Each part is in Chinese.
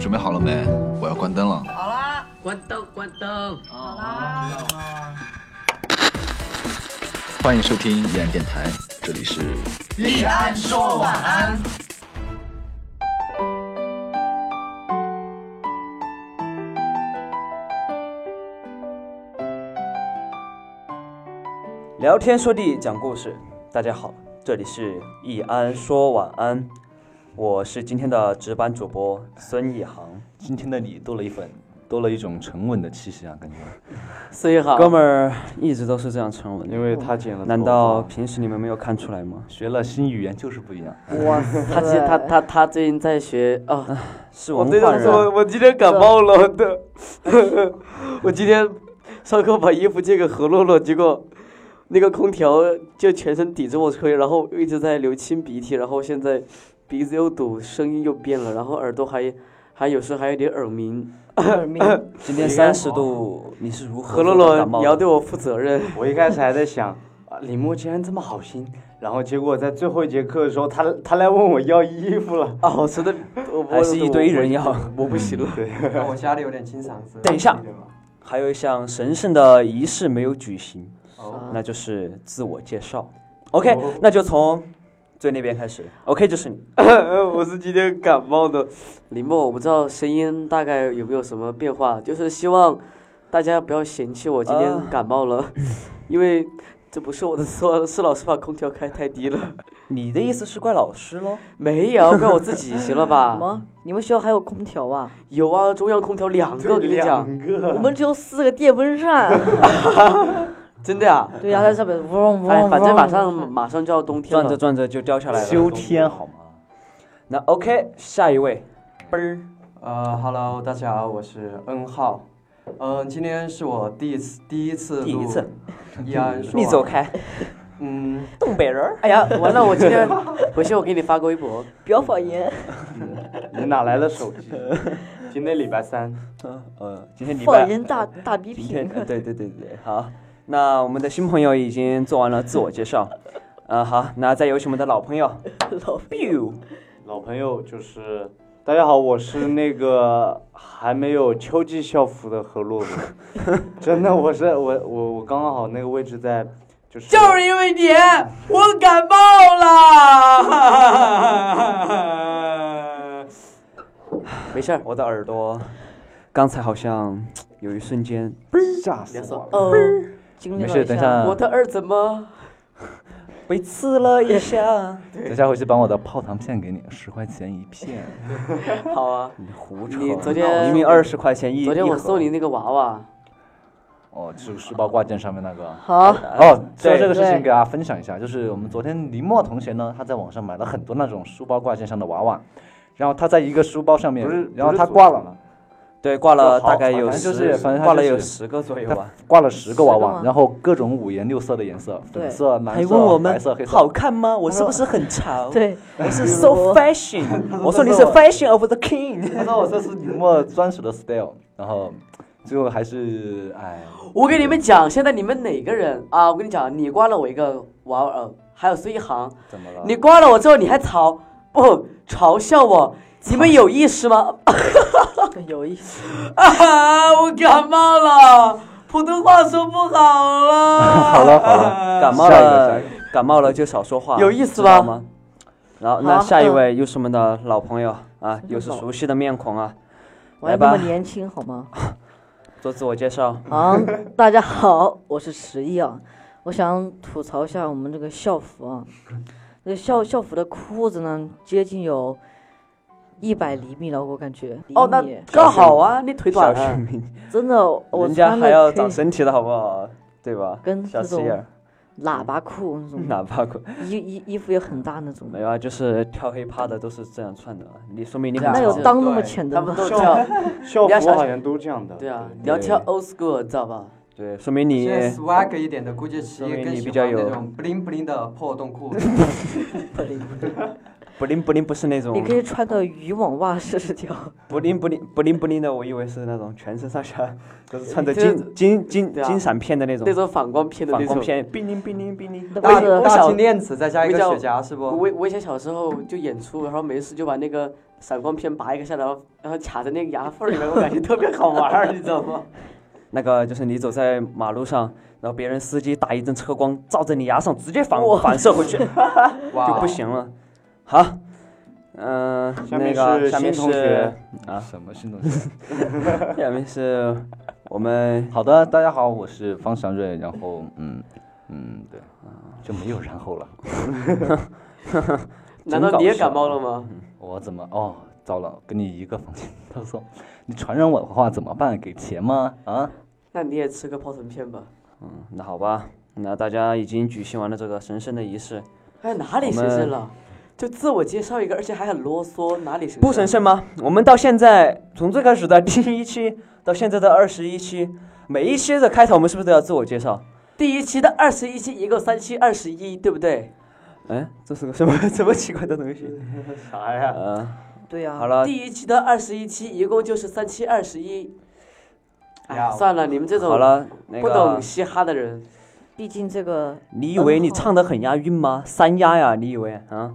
准备好了没？我要关灯了。好啦，关灯，关灯。好啦，欢迎收听依然电台，这里是李安说晚安。聊天说地讲故事，大家好，这里是易安说晚安，我是今天的值班主播孙一航。今天的你多了一份，多了一种沉稳的气息啊，感觉。所以好， 哥们儿一直都是这样称我的，因为他剪了头发，难道平时你们没有看出来吗？学了新语言就是不一样。哇塞？他其实他他他最近在学 哦，是我文对化他说人，啊我今天感冒了，我的， 我今天上课把衣服借给何洛洛，结果那个空调就全身抵着我吹，然后一直在流清鼻涕，然后现在鼻子又堵，声音又变了，然后耳朵还还有时候还有点耳鸣。今天三十度，你是如何何洛做到洛感，冒你的要嗯对我负责任。我一开始还在想，啊李默竟然这么好心，然后结果在最后一节课的时候，他他来问我要衣服了。啊，我真的，我我还是一堆人要？我不行了。嗯我家里有点清嗓子。等一 下，还有一项神圣的仪式没有举行，哦那就是自我介绍。OK，那就从最那边开始。OK，就是你。我是今天感冒的。林默，我不知道声音大概有没有什么变化，就是希望大家不要嫌弃我今天啊感冒了， 因为这不是我的错，是老师把空调开太低了。你的意思是怪老师喽？没有，怪我自己，行了 什吧？么？你们学校还有空调啊？有啊，中央空调两个，我跟你讲，我们只有四个电风扇。真的呀、对呀、在上面嗡嗡哎，嗡。反正马上马上就要冬天转着了。转着就掉下来了。秋天好吗？那 OK，下一位，嘣儿，呃，Hello，大家好，我是 N 号。嗯、今天是我第一次第一次第一次，易安说。 你走。开，嗯，东北人儿。哎呀，完了，我今天回去我给你发个微博。不要方言。你 哪来的手机？今天礼拜三，呃，今天礼方拜，言大大逼今天品。呃对对对对，好， 那我们的新朋友已经做完了自我介绍， 呃，好，那再有请我们的老朋 友老 biu，老朋友就是。大家好，我是那个 还没有秋季校服的何洛洛， 真的，我是我我我刚刚好那个位置在，就是就是因为你，我感冒了。 没事儿，我的耳朵，刚才好像有一瞬间，吓死我了！哦，经历没了事，等一下我，的耳怎么？被刺了一下，等一下回去把我的泡糖片给你，十块钱一片。好啊，你胡扯，你昨天明明二十块钱一，昨天一我盒 送你那个娃娃，哦，就是书包挂件上面那个。好，哦，说到这个事对情，给大家分享一下，就是我们昨天林墨同学呢，他在网上买了很多那种书包挂件上的娃娃，然后他在一个书包上面不是，，然后不是他左挂手了。吗对挂了大概好有反十，正就是反正他挂了就是有十个左右吧。挂了十个娃十个娃，吗然后各种五颜六色的颜色，对粉色、蓝还色、问我们白色、黑色。好看吗？我是不是很潮？，对，我是 so fashion。我说你是 fashion of the king。他说哦我这是林墨专属的 style，然后最后还是哎，我给你们讲，现在你们哪个人啊？我跟你讲，你挂了我一个娃娃，呃还有孙一航，怎么了？你挂了我之后，你还嘲不嘲笑我？你们有意识吗？有意思。啊， 我感冒了，普通话说不好了。好了好了， 感冒下一个下了一个，感冒了就少说话，有意思知道吧吗？然后那好下一位又是我们的老朋友啊，又是熟悉的面孔啊，我还来那吧么，年轻好吗？做自我介绍。好，大家好，我是十一啊。我想吐槽一下我们这个校服啊，这个校校服的裤子呢，接近有一百厘米了，我感觉。哦，那厘米刚好啊，你腿短小了市。民，真的，我人家穿还的要可以长身体的好不好？对吧？跟小这心种眼儿，喇叭裤那种，哪怕裤衣衣衣服也很大那种没。有啊，就是跳黑怕的都是这样穿的啊。你说明你很那有潮裆那么对浅他的们吗？都这样。人校家服想好像都这样的。对啊，你要跳 old school，知道吧？对，说明你现在 swag 一点的，估计企说业明更你喜比较欢那有种 bling bling 的破洞裤。不灵不灵不是那种你可以穿个渔网袜试试跳。 不灵不灵不灵不灵的，我以为是那种全身上下都是穿着这金金金对啊金闪片的那种那种反光片的反那光种。片，冰灵冰灵冰灵。那大不是我小大金链子再加一个我叫雪茄是不？我我以前小时候就演出，然后没事就把那个闪光片拔一个下来，然后然后卡在那个牙缝里面，我感觉特别好玩 儿，你知道吗？那个就是你走在马路上，然后别人司机打一阵车光照在你牙上，直接反哇反射回去就哇不行了。好，嗯、那下面个是下面新同是学啊，什么新东西？下面是我们好的，大家好，我是方祥瑞，然后嗯嗯对，就没有然后了。难道你也感冒了吗？我怎么哦？糟了，跟你一个房间。他说你传染我的话怎么办？给钱吗？啊？那你也吃个泡腾片吧。嗯，那好吧，那大家已经举行完了这个神圣的仪式，哎，哪里神圣了？就自我介绍一个，而且还很啰嗦，哪里神不神？圣吗？我们到现在从最开始的第一期到现在的二十一期，每一期的开头我们是不是都要自我介绍？第一期的二十一期，一共三期，二十一，对不对？哎，这是个什么什么奇怪的东西？啥呀？呃，对呀、好了，第一期的二十一期，一共就是三期，二十一。哎，呀算了，你们这种好了，那不个懂，嘻哈的人，毕竟这个你以为你嗯好唱的很押韵吗？三押呀，你以为啊？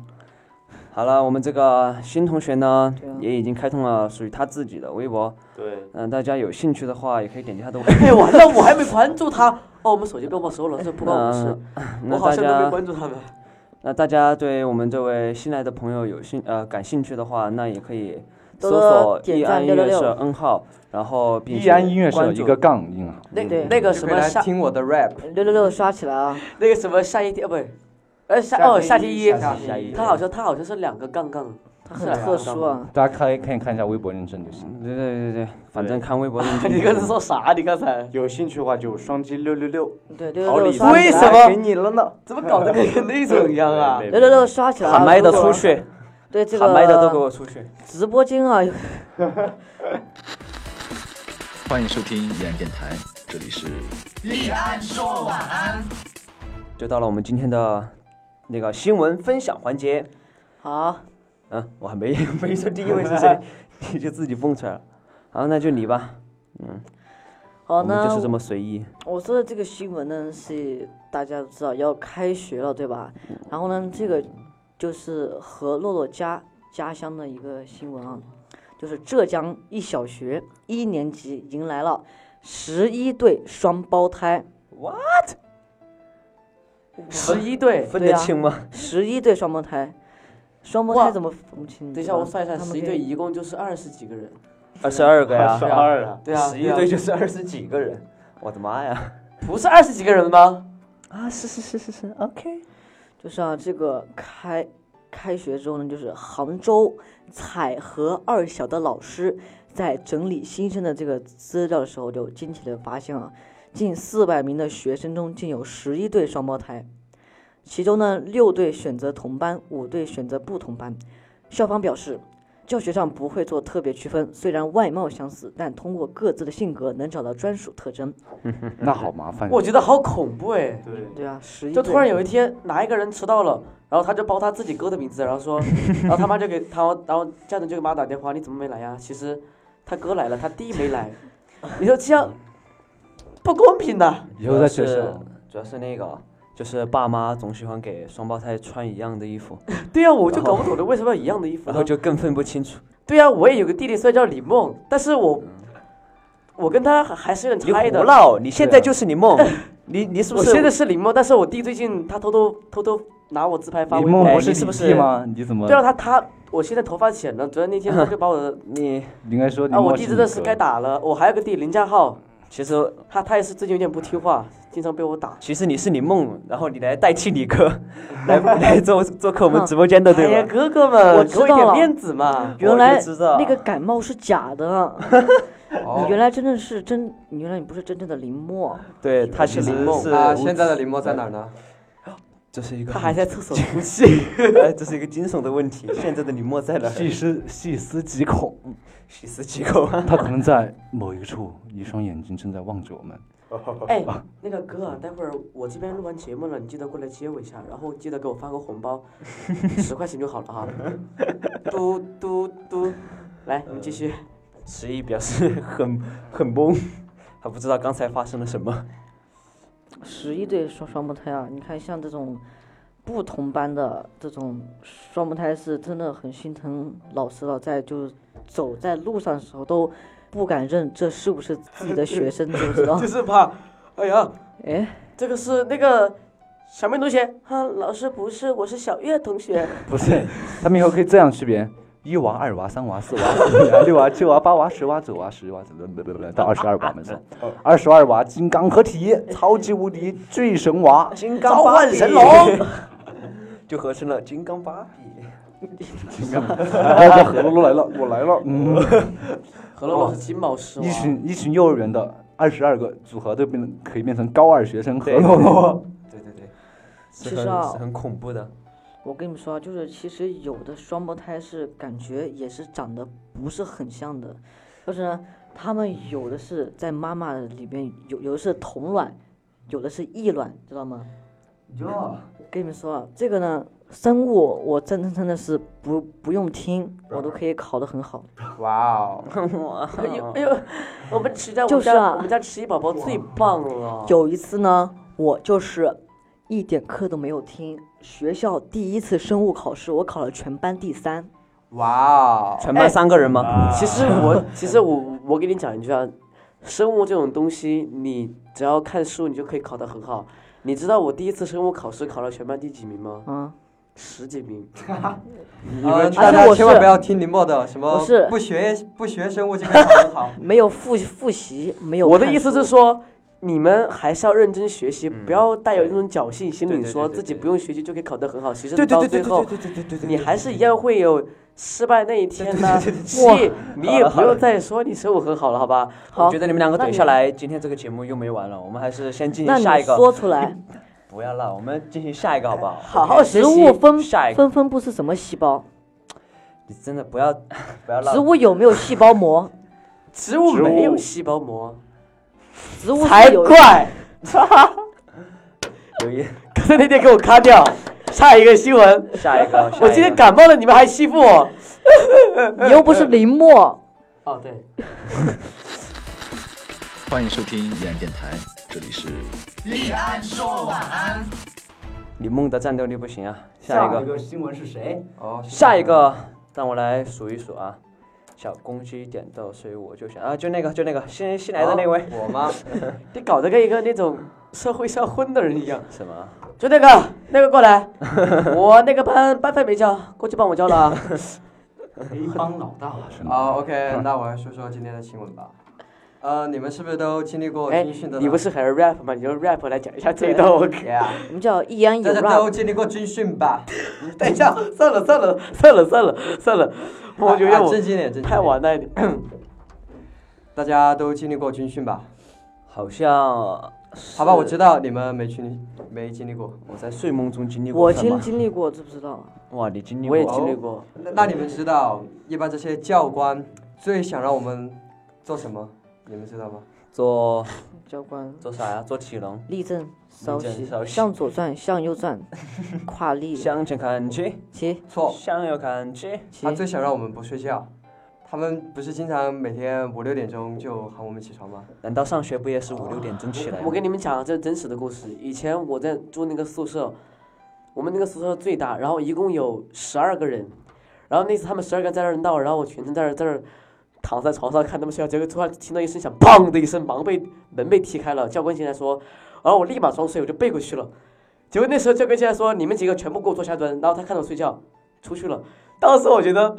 好了，我们这个新同学呢对啊，也已经开通了属于他自己的微博，对，嗯、大家有兴趣的话也可以点击他的微博。哎，完了，我还没关注他。哦，我们手机被没收了，这不关我事。嗯，我那好大像都没家关注他们。那大家对我们这位新来的朋友有兴呃感兴趣的话，那也可以多搜多索点易赞安音乐666社 N 号，然后并易且安音乐社关一注个杠硬啊。嗯那对那个就什可以么来夏，听我的 rap。六六六刷起来啊！那个什么夏一天，呃，不是，呃夏哦夏天一，夏夏天一他好像他好像是两个杠 杠，他很特殊啊，大家可以可以看一下微博认证就行。对对对对，反正看微博认证你刚才说啥？你刚才有兴趣的话就双击六六六。对六六六礼刷起为来什么给你了呢？怎么搞得跟个那种一样啊？六六六刷起来、啊！喊麦的如出果去，对这喊麦的都给个我出去。直播间啊， 欢迎收听易安电台，这里是就到了我们今天的那个新闻分享环节。好，嗯，我还没没说第一位是谁，你就自己蹦出来了。好，那就你吧。好我们那就是这么随意。我说的这个新闻呢，是大家都知道要开学了，对吧？然后呢，这个就是和洛洛家家乡的一个新闻啊，就是浙江一小学一年级迎来了十一对双胞胎，十一对，分对得啊清吗？十一对双胞胎，双胞胎哇怎么分不清？等一下我算一下，他们十一可对以一共就是二十几个人。二十二个呀十，二啊，对啊，十一对啊队就是二十几个人。我的妈呀！不是二十几个人吗？啊，是是是是是，OK。就是啊，这个开开学之后呢，就是杭州采和二小的老师在整理新生的这个资料的时候，就惊奇的发现啊，近四百名的学生中竟有十一对双胞胎，其中呢六对选择同班，五对选择不同班。校方表示，教学上不会做特别区分，虽然外貌相似，但通过各自的性格能找到专属特征。那好麻烦。我觉得好恐怖哎！对，对啊，十一就对突然有一天，哪一个人迟到了，然后他就报他自己哥的名字，然后说，然后他妈就给他，然后家长就给妈打电话，你怎么没来呀、其实他哥来了，他弟没来。你说这样不公平呐、以后在学主要校是，主要是那个，就是爸妈总喜欢给双胞胎穿一样的衣服，对呀、我就搞不懂了，为什么要一样的衣服然呢后？就更分不清楚。对呀、啊我也有个弟弟，虽然叫李梦，但是我我跟他还还是有点嗯你差异胡的。闹！你现在就是你梦， 你你是不我是？现在是李梦，但是我弟最近他偷偷偷偷拿我自拍发微你博梦，哎不你是是不你是弟吗？你怎么对？啊，他他我现在头发浅了，主要那天他就把我的你你应该说你啊，梦我弟你真的是哥该打 了。我还有个弟林家浩，其实他他也是最近有点不听话，经常被我打。其实你是你梦，然后你来代替你哥，来 来做做客我们直播间的，哎对呀，吧？哥哥们，我给知我一道点了面子嘛。我原就来知道哦那个感冒是 假的，你原来真的是真，你原来你不是真正的林墨，对他其实是啊，现在的林墨在哪儿呢？ 这是一个他还在厕所哭泣。 哎，这是一个惊悚的问题。现在的你莫在哪儿？细思细思极恐，细思极恐啊！他可能在某一处，一双眼睛正在望着我们。哎，那个哥啊，待会儿我这边录完节目了，你记得过来接我一下，然后记得给我发个红包，十块钱就好了哈。嘟嘟嘟，来，你继续。十一表示很很 懵，还不知道刚才发生了什么。十一对双双胞胎啊，你看像这种不同班的这种双胞胎是真的很心疼老师了，在就是走在路上的时候都不敢认这是不是自己的学生，知不知道就？是怕，哎呀，哎，这个是那个小妹同学哈，老师不是，我是小月同 学。不是，他们以后可以这样区别：一娃、二娃、三娃、四娃、五娃、六娃、七娃、八娃、十娃、九娃、十娃，不不不，到二十二娃没错。二十二娃金刚合体，超级无敌巨神娃，金召芭唤比神龙。 就合成了金刚芭比。然后何露露来了，我来了，嗯，何乐老师金毛狮一王，群一群幼儿园的二十二个组合都变成可以变成高二学生何露露。对对对，其是实很啊是很恐怖的。我跟你们说啊，就是其实有的双胞胎是感觉也是长得不是很像的，就是呢，他们有的是在妈妈里面有有的是同卵，有的是异卵，知道吗？跟你们说啊，这个呢，生物我真真真的是不不用听，我都可以考得很好。 哇哦，哎呦哎呦，我们吃家我就们是家、啊我们家吃一宝宝最棒了。有一次呢，我就是一点课都没有听，学校第一次生物考试，我考了全班第三。哇 哦，全班三个人吗？哎其实我， 其实我，我跟你讲一句啊，生物这种东西，你只要看书，你就可以考得很好。你知道我第一次生物考试考了全班第几名吗？啊，十几名。你们而大且家我千啊万是不要听林墨的什么我是，不学不学生物就该考得好没有复复习，没有。我的意思是，说，你们还是要认真学习，不要带有那种侥幸心理，对对嗯说对对自己对不用学习就可以考得很好。其实对对到对最对对后，对对对对对，你还是一样会有失败那一天呐。所以你也不用再说你生物很好了，好吧？ 好我觉得你们两个那等你下来，今天这个节目又没完了，我们还是先进那行你下一个。说出来，不要了，我们进行下一个好不 好？好我们好学植习物分下一个，分分布是什么细胞？你真的不要 不要植了。物有没有细 胞膜？植物植没有物细胞膜，植物才是有怪！有 一刚才那天给我卡 掉。下一个新闻，下一个，下一我个今天感冒了，你们还欺负我？你又不是 林墨。哦，对，欢迎收听依然电台，这里是李梦的战斗力不行啊。下一个，新闻是谁？哦，下一个，让我来数一数啊。小公鸡点到，所以我就想啊，就那个，就那个新新来的那位，啊我吗？ 你搞得跟一个那种社会上混的人一样。什么？就那个那个过来， 我那个班班费没交，过去帮我交了 啊。黑帮老大啊，OK，那我来说说今天的新闻吧。呃，你们是不是都经历过哎军训的？，你不是很爱 rap 吗？你就 rap 来讲一下这一段，我 y e 我们叫一言有大家 rap，都经历过军训吧？等一下，算了算了算了算了算了， 我觉得啊我正经点，正经太点。完蛋一点。大家都经历过军训吧？好像好吧，我知道你们没经历，没经历过。我在睡梦中经历过。我是经吗经历过，知不知道？哇，你经历我也过经历过，那那你们知道，一般这些教官最想让我们做什么？你们知道吗？做教官做啥呀？做体能，立正，稍正息，稍息向 左转，向右转，跨立，向啊前看齐，起错，向右看齐。他起，最想让我们不睡觉。他们不是经常每天五六点钟就喊我们起床吗？难道上学不也是五六点钟起来吗？我跟你们讲这是真实的故事。以前我在住那个宿舍，我们那个宿舍最大，然后一共有十二个人，然后那次他们十二个人在那儿闹，然后我全程在那儿在那儿躺在床上看他们睡觉，结果突然听到一声响，砰的一声，忙被门被踢开了，教官进来说，然后我立马装睡，我就背过去了。结果那时候教官进来说，你们几个全部给我坐下蹲，然后他看到我睡觉，出去了。当时我觉得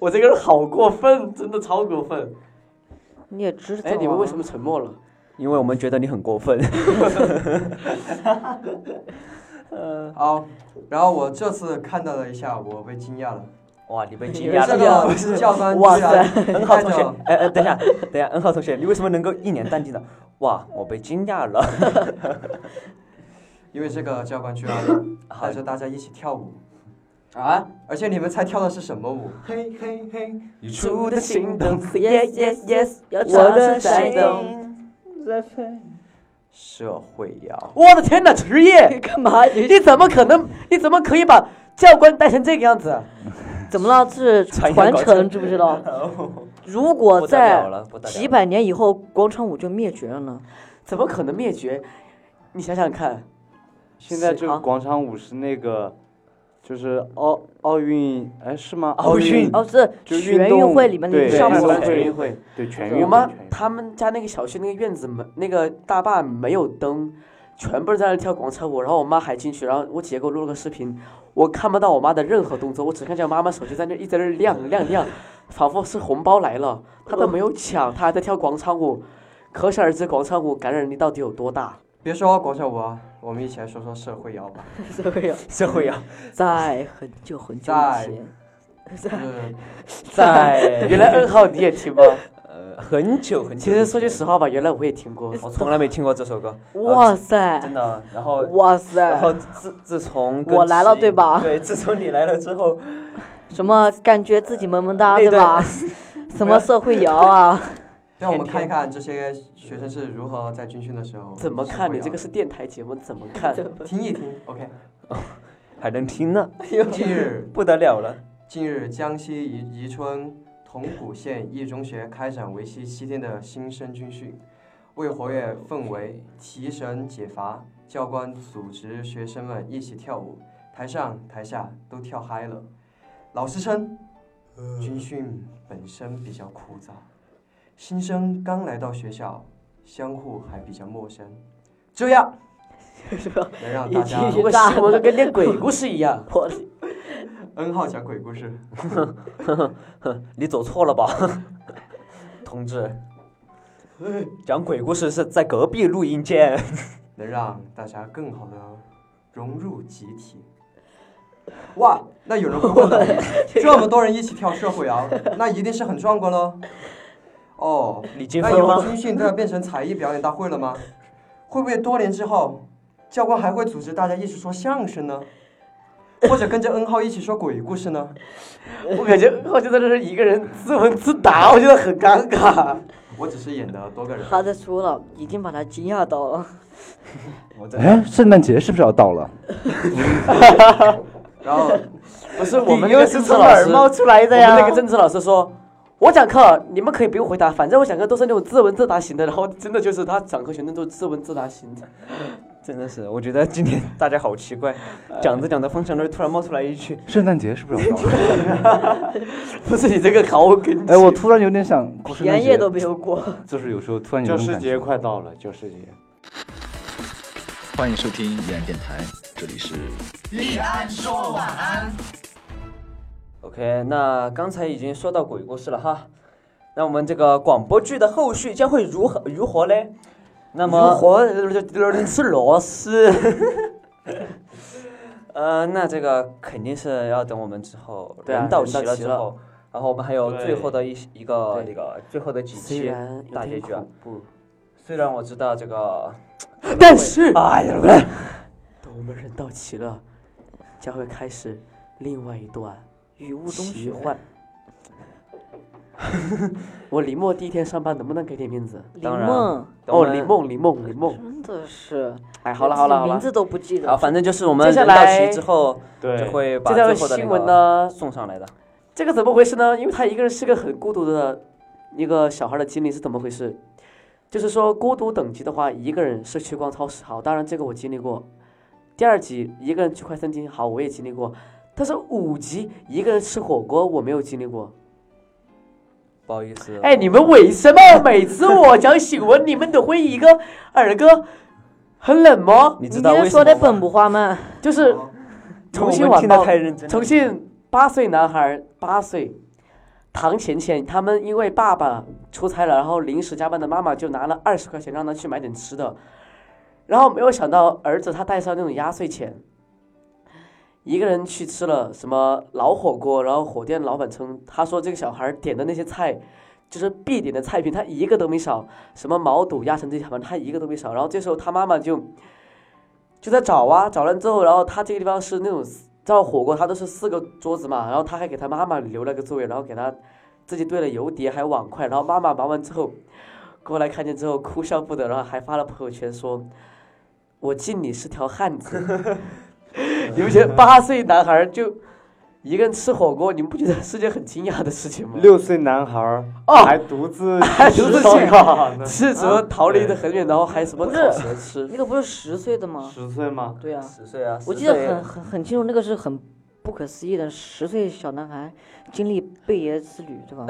我这个人好过分，真的超过分。你也知道啊。哎，你们为什么沉默了？因为我们觉得你很过 分。好，然后我这次看到了一下，我被惊讶了。哇，你 被惊这讶了。个教官啊哇居然 恩浩带同学着，哎哎，等一下，等一下，恩浩同学，你为什么能够一脸淡定的？哇，我被惊讶了。因为这个教官居啊然带着大家一起跳舞，啊？而且你们猜跳的是什么舞？嘿嘿嘿。你出的心动 Yes yes yes，要我尝的试才心懂。社会摇。我的天哪，职业，干嘛？你你怎么可能？你怎么可以把教官带成这个样子？怎么了？这是 传传搞承，成知不知 道？如果不得了在了，不得几了。百年以后，广场舞就灭绝了呢？怎么可能灭绝？你想想看，现在这个啊广场舞是那个，就是奥奥运，哎，是吗？奥运哦，是就全动运会里面的对一个项运目动了全会运运会，对全运会。我妈全运会他们家那个小区那个院子门那个大坝没有灯，全部人在那跳广场舞。然后我妈还进去，然后我姐给我录了个视频，我看不到我妈的任何动作，我只看见我妈妈手机在那一直在那 亮亮亮，仿佛是红包来了，她都没有抢，她还在跳广场舞。可想而知，广场舞感染力到底有多大？别说广场舞啊，我们一起来说说社会摇吧。社会摇社会摇，在很久很久以在前，嗯就是 在原来二号你也 听吗？呃很久很久。其实说句实，话吧，原来我也听 过。我从来没听过这首歌，哇塞啊真，的。然后哇然后塞，自自从跟我来了十一对吧对，自从你来了之后，什么感觉自己萌萌哒，那对段吧？什么社会摇啊？ 让我们看一嗯看这些学生是如何在军训的时候怎么看？你这个社是电台节目，怎么看？会摇听一听，OK。哦还能听 呢，近日， 不得了了。近日，江西宜宜春铜鼓县一中学开展为期七天的新生军训，为活跃氛围、提神解乏，教官组织学生们一起跳舞，台上台下都跳嗨了。老师称，军训本身比较枯燥，新生刚来到学校，相互还比较陌生，这样 能让大家我希望就跟练鬼故事一 样。 N 号讲鬼故事。你走错了吧， 同志。讲鬼故事是在隔壁录音间，能让大家更好的融入集体。哇，那有人会问了，这么多人一起跳社会摇，那一定是很壮观喽。哦，你结那婚以后吗？军训都要变成才艺表演大会了吗？会不会多年之后，教官还会组织大家一起说相声呢？或者跟着 N 号一起说鬼故事呢？我感觉我就在这是一个人自问自答，我觉得很尴尬。 我只是演的多个人。他在说了，已经把他惊讶到了。哎，圣诞节是不是要到了？然后 不是我们又那个是政治从老哪儿师，冒出来的我呀？们那个政治老师说，我讲课你们可以不用回答，反正我讲课都是那种自问自答型的。然后真的就是他讲课全都是自问自答型 的。真的是，我觉得今天大家好奇怪，哎讲着讲着方向那儿突然冒出来一句， 圣诞节是不是要到了？不是你这个好跟哎，我突然有点想圣诞连节夜，都没有过， 就是有时候突然有教种师感节觉。快到了，教师节。欢迎收听延安电台，这里是 OK，那刚才已经说到鬼故事了哈，那我们这个广播剧的后续将会如何如何嘞？那么如何吃螺丝？ 呃，那这个肯定是要等我们之后对啊人到人到齐了齐之了后，然后我们还有最后的一一个对那个最后的几虽期然有大结点局啊恐。怖，虽然我知道这个，但是啊哎呀，来等我们人到齐了，将会开始另外一段雨雾中奇雪。 幻。我李默第一天上班能不能给点面子？林当然梦，哦，李，梦，李梦，李梦。真的是，哎，好了好了好名了，字都不记啊好，得。反正就是我们接下人到来齐之后对就会把这条最后的那新闻个呢？送上来的。这个怎么回事呢？因为他一个人是个很孤独的一个小孩的经历是怎么回事？就是说孤独等级的话，一个人是去逛超市好，当然这个我经历过。第二级一个人去快餐厅好，我也经历过。但是五级一个人吃火锅我没有经历过。不好意思，哎，你们为什么每次我讲新闻，你们都会一个耳哥很冷漠？你知你道哦为今天什么说的吗？本不花吗？就是重庆我们晚听得报太认真了。啊重庆八岁男孩八岁，唐钱钱他们因为爸爸出差了，然后临时加班的妈妈就拿了二十块钱让他去买点吃的，然后没有想到儿子他带上那种压岁钱，一个人去吃了什么老火锅，然后火店老板称他说这个小孩点的那些菜。就是必点的菜品，他一个都没少，什么毛肚、鸭肠这些，反正他一个都没少。然后这时候他妈妈就就在找啊，找了之后，然后他这个地方是那种照火锅，他都是四个桌子嘛，然后他还给他妈妈留了个座位，然后给他自己对了油碟还有碗筷，然后妈妈忙完之后，过来看见之后哭笑不得，然后还发了朋友圈说：“我敬你是条汉子。” 你们觉得八岁男孩就一个人吃火锅，你们不觉得是件很惊讶的事情吗？六岁男孩儿哦还独自 还独自吃烧去烤呢是什啊么逃离的很远，然后还什么不烤是蛇吃？那个不是十岁的吗？十岁吗？对呀、十岁啊，我10记得岁很很很清楚，那个是很不可思议的，十岁小男孩经历贝爷之旅，对吧？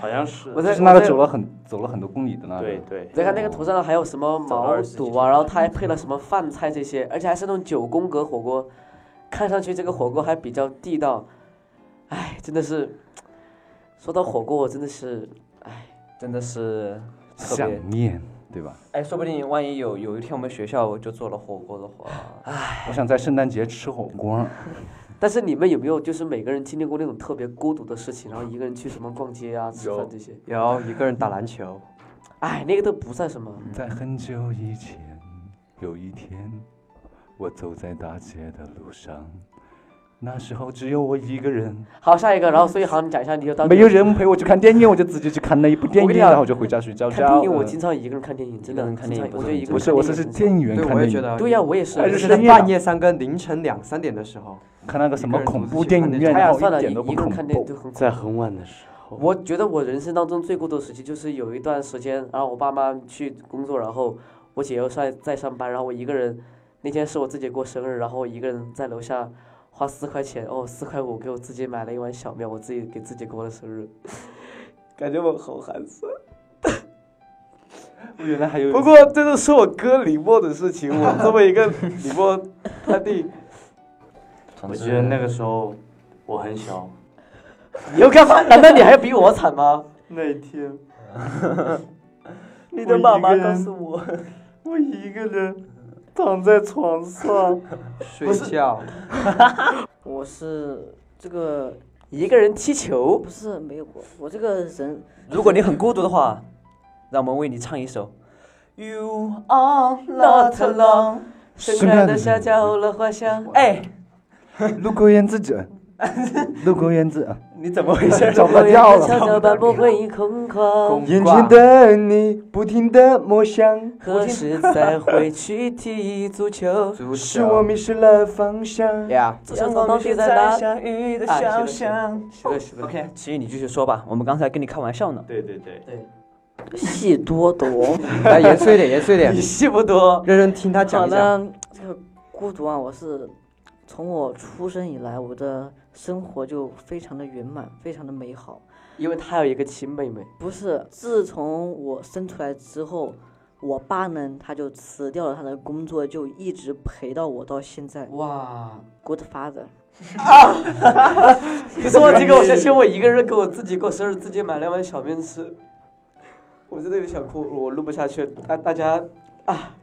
好像是。我就在是那我个在走了很走了很多公里的那个。 对对你，再看那个图上还有什么走了毛二十几肚圈啊，然后他还配了什么饭菜这些，而且还是那种九宫格火锅，看上去这个火锅还比较地道。哎，真的是，说到火锅，我真的是，哎，真的是特想别。念，对吧？哎，说不定万一有有一天我们学校就做了火锅的话，我想在圣诞节吃火锅，但是你们有没有就是每个人经历过那种特别孤独的事情，然后一个人去什么逛街啊、吃饭这些？有一个人打篮球，哎，那个都不算什么。在很久以前，有一天，我走在大街的路上，那时候只有我一个人，好，下一个，然后所以好，你讲一下你就当没有人陪我去看电影，我就自己去看那一部电我影，跟你讲然后我就回家睡觉看电觉。影，我嗯经常一个人看电影，真一个的，人看电影经不常我是就很一个正不人是，看我电是是影很电影院哎对，看我也电觉啊影，得，对呀、我啊也是，还就是是深夜半档夜三更、凌晨两三点的时候，看那个什么一个人恐独怖自去电看影电院，影哎然呀，后算一了，点一都不一个人恐看电影怖。都很恐怖在很晚的时候，我觉得我人生当中最孤独的时期，就是有一段时间，然后我爸妈去工作，然后我姐又在在上班，然后我一个人。那天是我自己过生日，然后我一个人在楼下花四块钱，哦，四块五给我自己买了一碗小面，我自己给自己过了生日，感觉我好寒酸。我原来还有不过这就是我哥李默的事情，我这么一个李默 他弟，我记得那个时候我很小。你要干嘛？难道你还要比我惨吗？那一 天，你的爸妈告诉我，我一个人躺在床上，睡觉。 我是这个一个人踢球不是没有过，我这个人如果你很孤独的话，让我们为你唱一首。You are ，not not alone。 alone。深蓝的夏浇了花香。哎， 路过院子者，路过院子，你怎么回事？ 找不掉悄了。悄把不会空旷，眼前的你不停的默想，何时再回去踢足球？足是我球，迷失了方向。呀， 阳光到底在哪？相遇的肖肖像像。OK，其实你继续说吧，我们刚才跟你开玩笑呢。对 对对，戏多多。来严肃一点，严肃一点 你，戏不多，认真听他讲好一讲。了，这个孤独啊，我是从我出生以来，我的生活就非常的圆满，非常的美好。因为他有一个亲妹妹。不是，自从我生出来之后，我爸呢他就辞掉了他的工作，就一直陪到我到现在。哇！ Good father，你说到这个，我想起我一个人给我自己过生日，自己买了碗小面吃，我真的有想哭，我录不下去了。大大家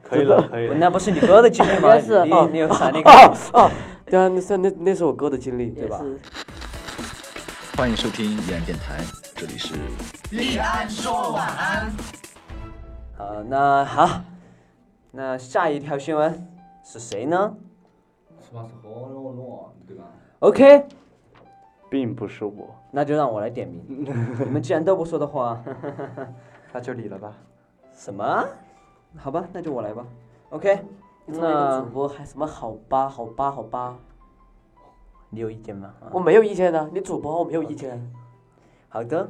可以了可以了。 那不是你哥的经历吗？应该是你你有啥 那 啊个？啊！对啊，那那那是我哥的经历，对也吧？是欢迎收听依然电台，这里是呃，那好，那下一条新闻是谁呢？OK，并不是我，那就让我来点名。 你们既然都不说的话，那就你了吧。什么？好吧，那就我来吧。OK，作为一个那主播还什么好吧好吧好吧，你有意见吗？啊我没有意见的，你主播我没有意见。好的，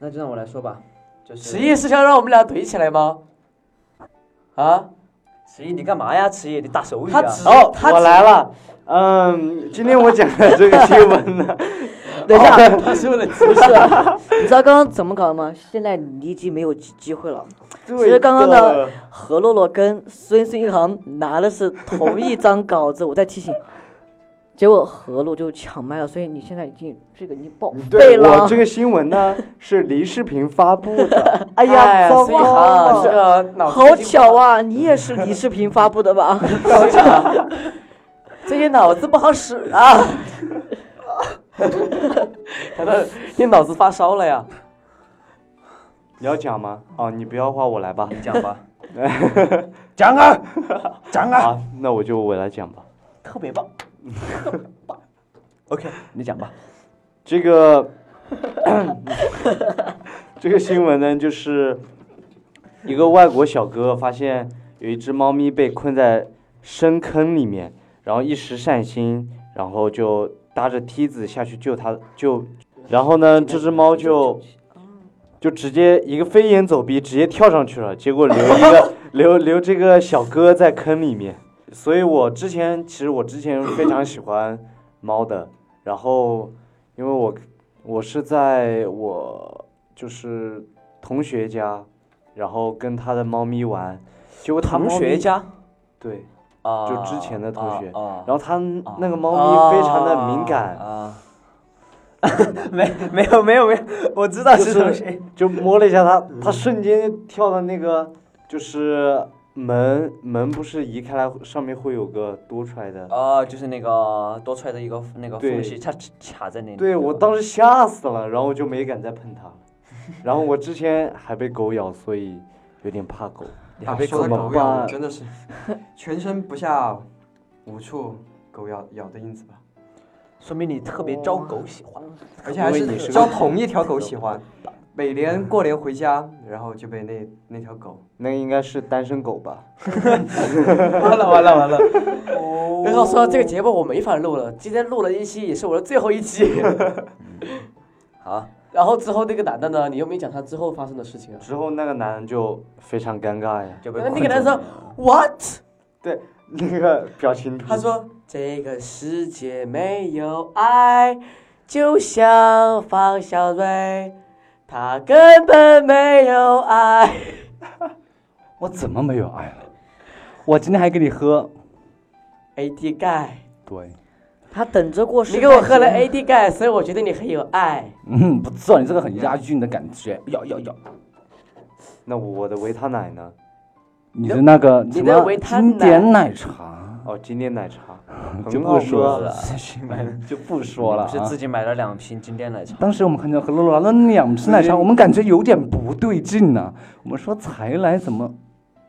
那就让我来说吧。就是十一是想让我们俩怼起来吗？啊，迟疑，你干嘛呀？迟疑，你打手语啊他？只哦，他我只来了。嗯，今天我讲的这个新闻 呢，等一下，他是为了不是，啊 你知道刚刚怎么搞的吗？现在离级没有机机会了。其其实刚刚的何洛洛跟孙孙一航拿的是同一张稿子，我在提醒，结果何洛就抢麦了，所以你现在已经这个已经报对废我了这。个新闻 呢是黎世平发布 的。哎哎呀，糟所以哈，糕这了！ 个脑子好进步巧，啊，你也是李世平发布的 吧？好巧 啊，这些脑子不好使啊。难道你脑子发烧了呀？你要讲吗？哦，你不要话，我来吧。你讲 吧，讲啊，讲 啊！那我就我来讲吧。特别棒。OK，你讲吧。这个这个新闻呢，就是一个外国小哥发现有一只猫咪被困在深坑里面，然后一时善心，然后就搭着梯子下去救它，救，然后呢，这只猫就嗯就直接一个飞檐走壁，直接跳上去了，结果留 一个留留这个小哥在坑里面。所以我之前其实我之前非常喜欢猫的，然后因为我我是在我就是同学家，然后跟他的猫咪玩，结果他同猫学咪家对，啊，就之前的同学啊，然后他那个猫咪非常的敏感，啊。 没没有没有没有，我知道是同学。就摸了一下它，它瞬间跳到那个就是门门不是移开来上面会有个多出来的，啊，就是那个多出来的一个那个缝对隙，它卡卡在那里。对我当时吓死了，然后我就没敢再碰它了。然后我之前还被狗咬，所以有点怕狗。啊，被说到狗狗咬咬，了真的是全身不下五处狗咬咬的印子吧，说明你特别招狗喜 欢。而且还因为你是是个招同一条狗喜欢。每年过年回家，然后就被那那条狗，那应该是单身狗吧？完了完 了完了！然后说这个节目我没法录了，今天录了一期也是我的最后一期。 好，然后之后那个男的呢，你又没讲他之后发生的事情啊？之后那个男人就非常尴尬呀，就被那那困个男住生了 what？那个表情图。他说这个世界没有爱，就像方小瑞，他根本没有爱。我怎么没有爱了？我今天还跟你喝， AD 钙，对，他等着过世，你给我喝了 AD 钙，所以我觉得你很有爱。嗯，不错，你这个很押韵的感觉，要要要。那我的维他奶呢？你的那个你什的么维他经典奶茶哦，经典奶茶就很好不说喝 了，自己买的，就不说了是啊自。己买了两瓶经典奶 茶。当时我们看见和露露拿了两瓶奶茶，我们感觉有点不对劲呢、我们说才来怎么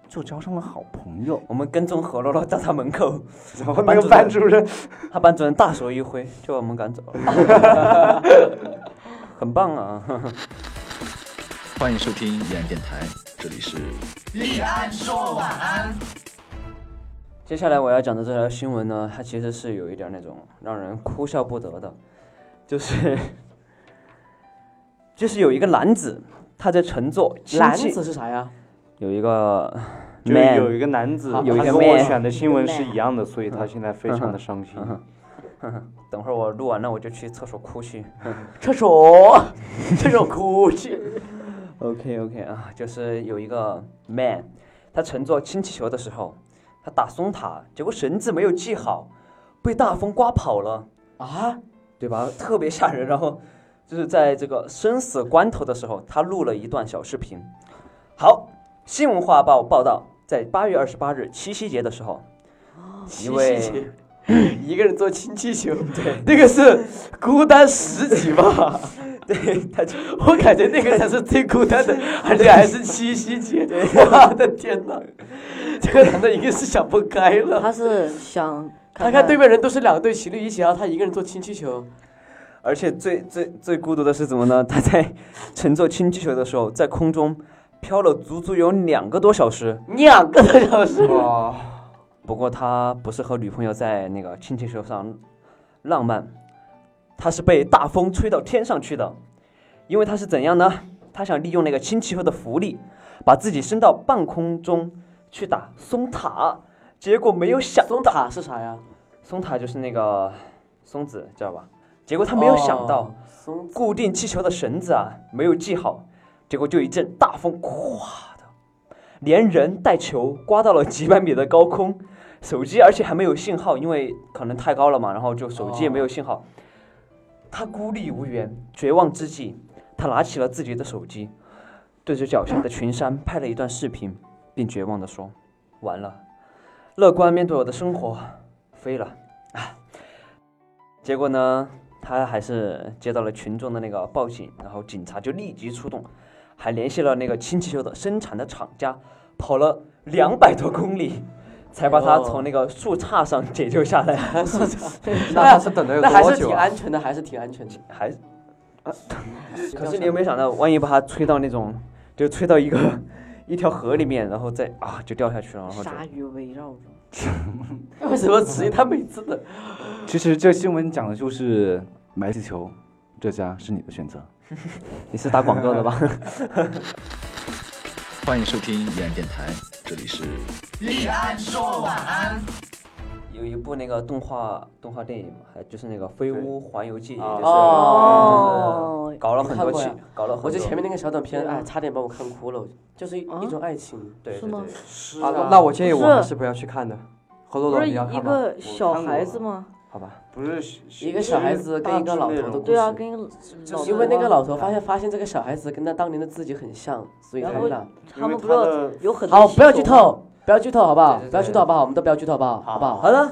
就交上了好朋友？我们跟踪何洛洛到他门口，然后那个班主任， 他班主任大手一挥就把我们赶走了， 很棒啊！欢迎收听依然电台，这里是接下来我要讲的这条新闻呢，它其实是有一点那种让人哭笑不得的，就是就是有一个男子他在乘坐氢篮气子是啥呀？有一个 就 man 有一个男子，有一个他跟我 man 选的新闻是一样的，所以他现在非常的伤心。等会儿我录完了我就去厕所哭去。厕 所，厕所哭去。 OK OK 啊，就是有一个 man，他乘坐氢气球的时候，他打松塔，结果绳子没有系好，被大风刮跑了啊，对吧？特别吓人。然后就是在这个生死关头的时候，他录了一段小视频。好，新闻画报报道，在八月二十八日七夕节的时候，一位哦 七夕节一个人做氢气球，对，那个是孤单十级吧？对，他就我感觉那个才 是最孤单的，而且还是七夕节， 我的天哪！这个男的一定是想不开了。哎他是想他看看对面人都是两对情侣一起，然后他一个人做氢气球，而且最最最孤独的是什么呢？他 在乘坐氢气球的时候，在空中飘了足足有两个多小时。两个多小时。哇，不过他不是和女朋友在那个氢气球上浪漫，他是被大风吹到天上去的。因为他是怎样呢？他想利用那个氢气球的浮力，把自己升到半空中去打松塔，结果没有想松塔是啥呀？松塔就是那个松子，知道吧？结果他没有想到。哦松固定气球的绳子啊没有系好，结果就一阵大风，咵的，连人带球刮到了几百米的高空。手机而且还没有信号，因为可能太高了嘛，然后就手机也没有信号。他孤立无援，绝望之际，他拿起了自己的手机，对着脚下的群山拍了一段视频，并绝望地说：“完了，乐观面对我的生活，飞了。”啊结果呢，他还是接到了群众的那个报警，然后警察就立即出动，还联系了那个氢气球的生产的厂家，跑了两百多公里，才把他从那个树杈上解救下来。塔是啥？那他是等了有那还多是久挺啊？安全的，还是挺安全的。啊还 可是你有没有想到，万一把它吹到那种，就吹到一个一条河里面，然后再啊就掉下去了，然后就鲨鱼围绕着，为什么迟疑？他每次 的其实这新闻讲的就是买气球，这家是你的选择。你是打广告的吧？欢迎收听依然电台，这里是有一部那个动画动画电影嘛，还就是那个《飞屋环游记》，也就是哦就是搞了很多你期看过呀，搞了很多。我这前面那个小短片，对啊哎，差点把我看哭了，就是一一种爱情。对是对吗对，是啊，那那那我我建议不我是还是不要去看的。何洛不洛，是你要看一吗？个我小看过孩子吗？好吧，不是一个小孩子跟一个老头的故对啊，事跟一个老因为那个头老头发现发现这个小孩子跟他当年的自己很像，所以他然就后让。他们不因为他是的有很多好，不要习剧俗吗，透，不要剧透，好不好？对对不要剧透，好不好？我们都不要剧透，好不好？好不好？好了，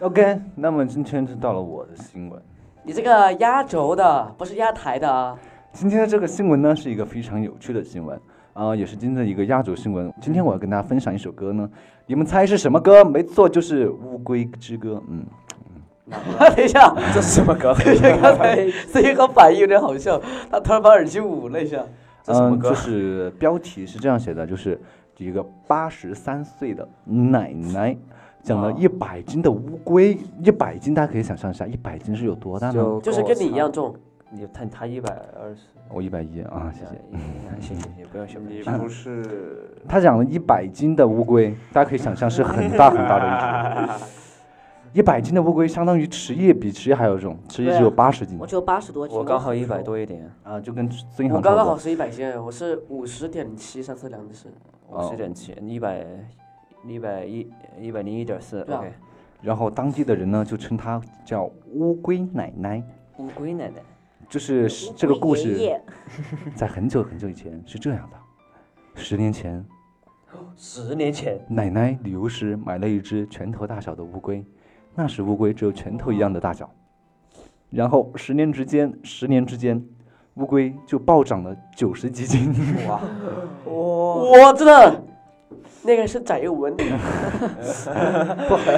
OK，那么今天就到了我的新闻。你这个压轴的，不是压台的啊！今天的这个新闻呢，是一个非常有趣的新闻，啊、也是今天的一个压轴新闻。今天我要跟大家分享一首歌呢，你们猜是什么歌？没错，就是《乌龟之歌》。嗯， 等一 下，这是什么歌？刚 才声音和反应有点好笑，他突然把耳机捂了一下。这什么嗯，歌就是标题是这样写的，就是一个八十三岁的奶奶养啊了一百斤的乌龟，一百斤大家可以想象一下，一百斤是有多大呢？ 就是跟你一样，重，你他他一百二十我一百一啊，谢谢。嗯行行行，不用想，你不是他养了一百斤的乌龟，大家可以想象是很大很大的一只。一百斤的乌龟相当于池蟹，比池蟹还要重，池啊蟹只有八十斤我只有八十多斤，我刚好一百，多一点，啊，就跟孙银我行刚差刚不好多。是一百斤，我是五十点七，上次量的是。五哦十点七，一百一百一一百零一点四对啊，OK。然后当地的人呢就称它叫乌龟奶奶，乌龟奶奶，就是是这个故我爷事爷在很久很久以前是这样的：十年前，十年前，奶奶流失买了一只拳头大小的乌龟，那时乌龟只有拳头一样的大小。然后十年之间，十年之间，乌龟就暴涨了九十几斤。哇！我真的，那个是翟文，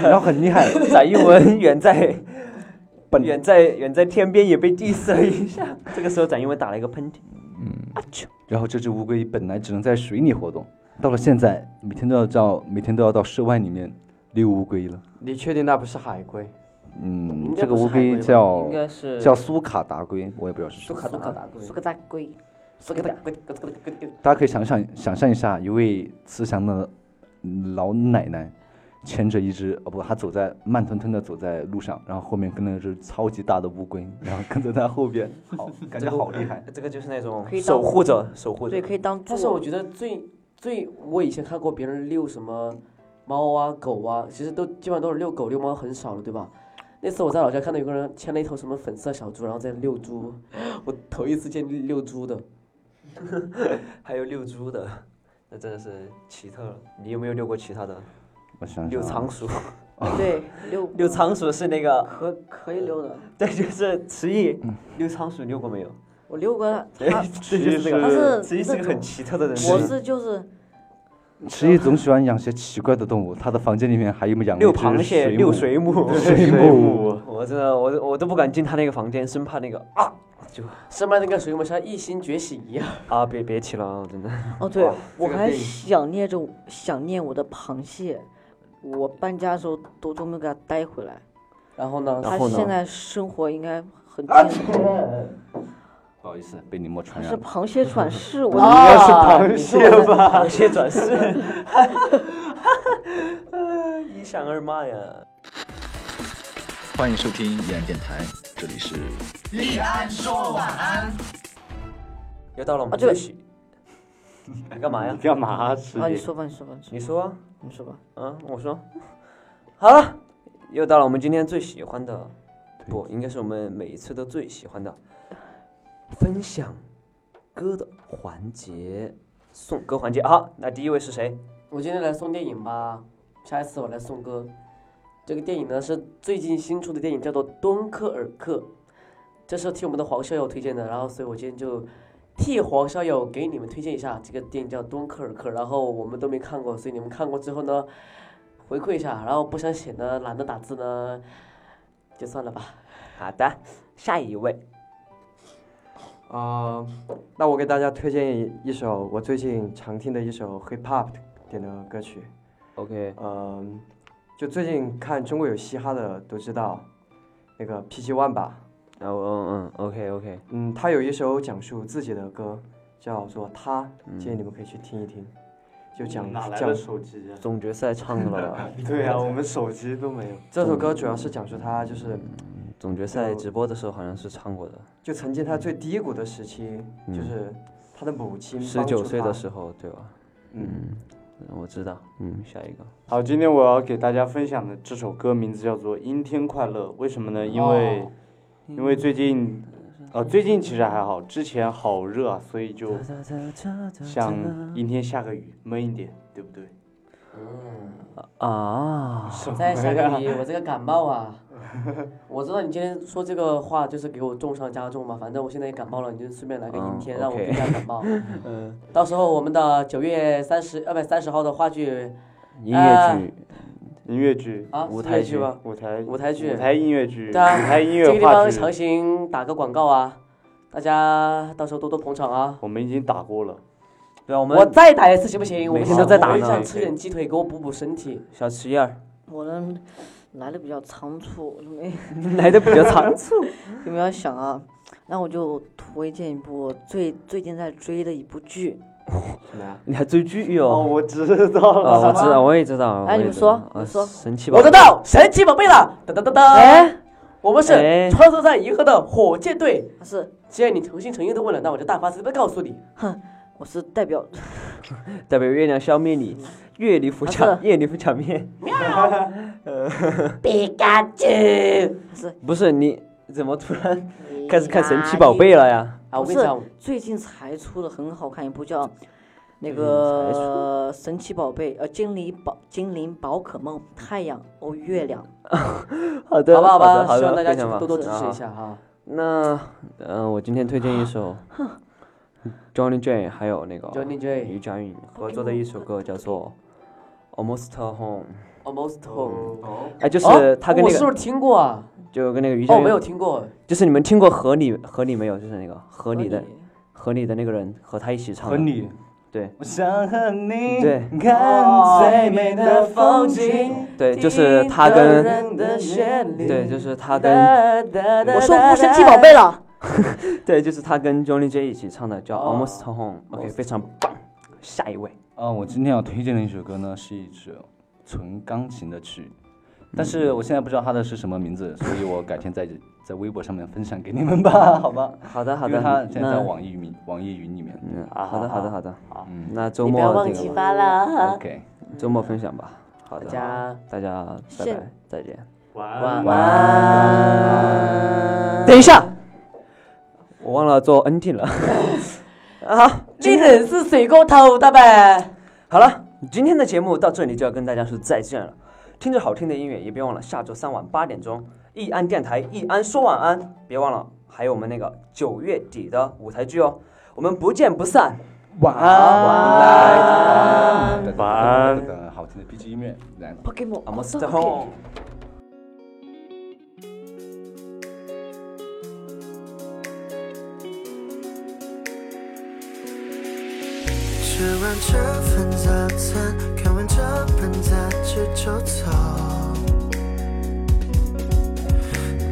然后很厉害， 翟一文远在本远在远在天边也被 diss 了一下。这个时候，翟一文打了一个喷嚏。然后这只乌龟本来只能在水里活动，到了现在，每天都要到每天都要到室外里面遛乌龟了。你确定那不是海龟？嗯应，该这个不是乌海龟龟吧叫应该是叫苏卡达龟，我也不知道是什么。苏卡达龟是个大龟，苏卡达龟，咕咕咕咕大家可以想想想象一下，一位慈祥的老奶奶牵着一只哦不，她走在慢吞吞的走在路上，然后后面跟着一只超级大的乌龟，然后跟在她后边，好，感觉好厉害。这个就是那种可以当守护者，守护者对，。可以当但是做我觉得最最，我以前看过别人遛什么猫啊、狗啊，其实都基本上都是遛狗遛猫很少了，对吧？那次我在老家看到有个人牵了一头什么粉色小猪，然后在遛猪， 我头一次见遛猪的。还有遛猪的，那真的是奇特了。你有没有遛过其他的？我想遛想啊，仓 鼠，对 遛遛仓鼠是那个，可可以遛的，对，就是迟毅。嗯遛仓鼠遛过没有？我遛过 对它，，这就是那它个。是迟毅是那个种很奇特的人。我是就是池毅总喜欢养些奇怪的动物，他的房间里面还有养了遛一只螃蟹，水遛母水母。水母，我真的，我我都不敢进他那个房间，生怕那个啊上面那个水母像一心觉醒一样，啊，别别提了，啊，真的。 哦，对哇，我这个还电影想念着想念我的螃蟹，我搬家的时候都都没有给它带回来。然后呢，它后呢现在生活应该很艰苦，不好意思，被你们传染它是了。螃蟹转世，我啊应该是螃蟹吧？螃蟹转世， 呃一闪而骂呀！欢迎收听依然电台，这里是又到了我们啊这个最喜，你干嘛呀你？干嘛吃？啊，你说吧，你说吧，你说吧你说啊，你说吧。啊，我说，好了，又到了我们今天最喜欢的，不，应该是我们每一次都最喜欢的分享歌的环节，送歌环节啊。那第一位是谁？我今天来送电影吧，下一次我来送歌。这个电影呢是最近新出的电影，叫做《敦刻尔克》，这是替我们的黄逍遥推荐的，然后所以我今天就替黄逍遥给你们推荐一下这个电影叫《敦刻尔克》，然后我们都没看过，所以你们看过之后呢，回馈一下，然后不想写呢，懒得打字呢，就算了吧。好的，下一位。呃，那我给大家推荐一一首我最近常听的一首 hip hop 点的歌曲， OK，哦呃，就最近看中国有嘻哈的都知道，那个 PG One 吧，啊，我嗯嗯，OK OK，嗯，他有一首讲述自己的歌，叫做《他》，嗯建议你们可以去听一听，就讲哪来讲的手机啊？总决赛唱的了吧？对呀、啊，我们手机都没有。这首歌主要是讲述他就是总决赛直播的时候好像是唱过的，就曾经他最低谷的时期，就是他的母亲嗯十嗯帮助九岁他的时候对吧？嗯，我知道，嗯，下一个，好，今天我要给大家分享的这首歌名字叫做《阴天快乐》，为什么呢？因为、因为最近，呃，最近其实还好，之前好热啊，所以就想阴天下个雨，闷一点，对不对？啊，在下个雨，我这个感冒 啊。我知道你今天说这个话就是给我重上加重嘛，反正我现在也感冒了，你就顺便来个阴哦天，嗯让我 OK 更加感冒。嗯到时候我们的九月三十，呃，不三十号的话剧音乐呃剧，音乐剧，啊，舞四台月剧剧吧。舞台舞台剧舞台音乐剧，舞对啊台音这个乐地话方剧，强行打个广告啊，大家到时候多多捧场啊！我们已经打过了。对啊，我我们再打一次行不行？我每们天都在打呢想吃点鸡腿，给我补补身体。小十一二我呢来的比较仓促，因为来的比较仓促，你们要想啊，那我就推荐一部我最最近在追的一部剧，什么呀？你还追剧 哦，哦？我知道了。啊，我知道，我也知道。哎我也你们知道说啊你说神奇宝我贝知道神奇宝贝了，噔噔噔噔！哎，我们哎是穿梭在银河的火箭队。它是既然你诚心诚意的问了，那我就大发慈悲地告诉你，我是代表代表月亮消灭你，月里浮啊抢，是夜里浮抢面。 皮卡丘不是你怎么突 然开始看神奇宝贝了呀？啊！我不跟是你讲，最近才出的很好看一部叫那最近才个神奇宝贝呃精灵宝精灵宝可梦太阳哦月亮，好的，好吧好吧的，，好希望的，大非家常棒多多支持一。啊下哈。那呃，我今天推荐一 首 Johnny J，还有那个 Johnny J 于佳韵合作的一首歌，叫做《Almost Home》。 Almost home，哎，就哦是他跟我那是不个，是听过啊？就跟那个于哦，佳我没有韵，听过。就是你们听过河里河里没有？就是那个河里的河合理里的那个人和他一起唱的。和你，对我想和你对看最美的风景。对，就是他跟听的旋律对，就是他跟我说服神奇宝贝了，对，就是他跟 Johnny J 一起唱的，叫《哦 Almost Home》，OK，非常棒。下一位，嗯，我今天要推荐的一首歌呢，是一首纯钢琴的曲，但是我现在不知道它的是什么名字，所以我改天在在微博上面分享给你们吧，好吧？好的，好因为的，它现在在那网易云网易云里面。嗯，好的，好的，好的，嗯那周你不要末忘那记个吧发了。 OK，周末分享吧。好的，大家大家拜现拜，再见。晚晚安。等一下，我忘了做 NT 了。啊，你真是水过头的呗！好了，今天的节目到这里就要跟大家说再见了。听着好听的音乐，也别忘了下周三晚八点钟，易安电台易安说晚安。别忘了还有我们那个九月底的舞台剧哦，我们不见不散。晚安，晚安，晚安等等等等好听的 BG 音乐来了。 Almost home。吃完这份早餐，看完这本杂志就走，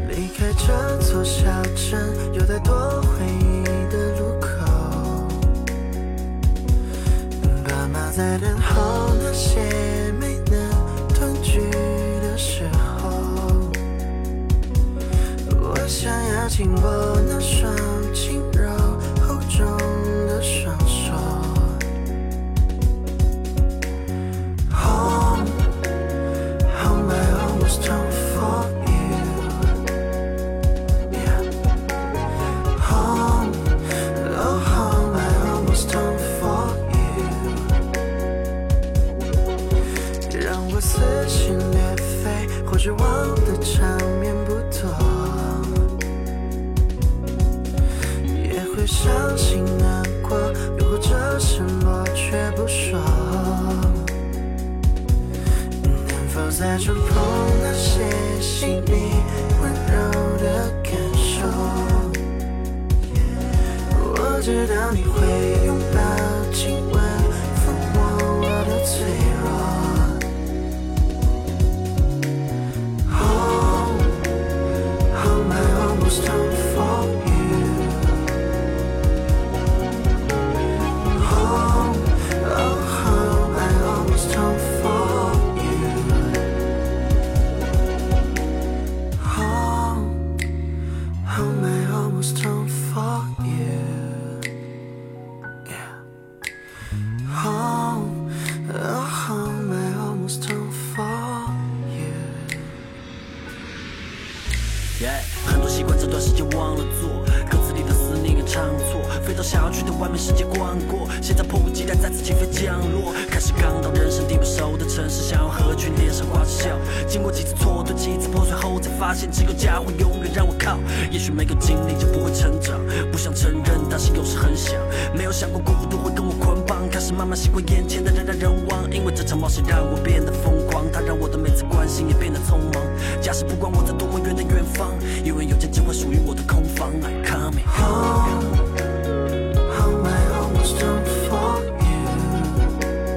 离开这座小镇，有太多回忆的路口。爸妈在等候那些没能团聚的时候，我想要紧握那双轻柔厚重的双手。Home, home, I almost home for you. Yeah. Home, oh home, I almost home for you. 让我撕心裂肺，或许忘得场面不多。也会伤心难过，又或者什么却不说。能否再触碰那些细腻温柔的感受？你会拥抱、亲吻、抚摸我的脆弱。Home, home, I almost home for you. Home, oh home, I almost home for you. Home. Home, I almost home for you. Yeah. Home, oh, home, I almost home for you. 很多习惯这段时间忘了做，歌词里的思念也唱错，飞到想要去的完美世界逛过，现在迫不及待再次起飞降落，开始刚到人生地不熟的城市，想要合群脸上挂着笑，经过几次错对几次破碎后，才发现只有家伙永远让我靠，也许没有经历就不会成长，不想承认，但是有时很想，没有想过孤独会跟我捆绑，开始慢慢习惯眼前的人来人往，因为这场冒险让我变得疯狂，它让我的每次关心也变得匆忙，假使不管我在多么远的远方，因为有天只会属于我的空房，I coming home。Home, I almost home for you.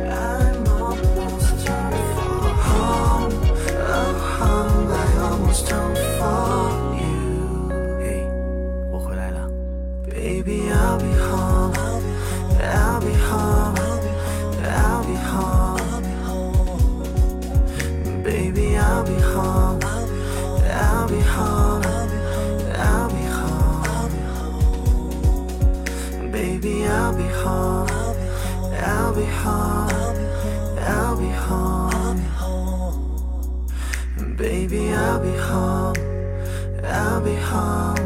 I'm almost home for home. Oh, home, I almost home for you. 嘿，我回来了。Baby, I'll be home. I'll be home. I'll be home. Baby, I'll be home. I'll be home. I'll be home. Baby, I'll be home. I'll be home. I'll be home. Baby, I'll be home. I'll be home.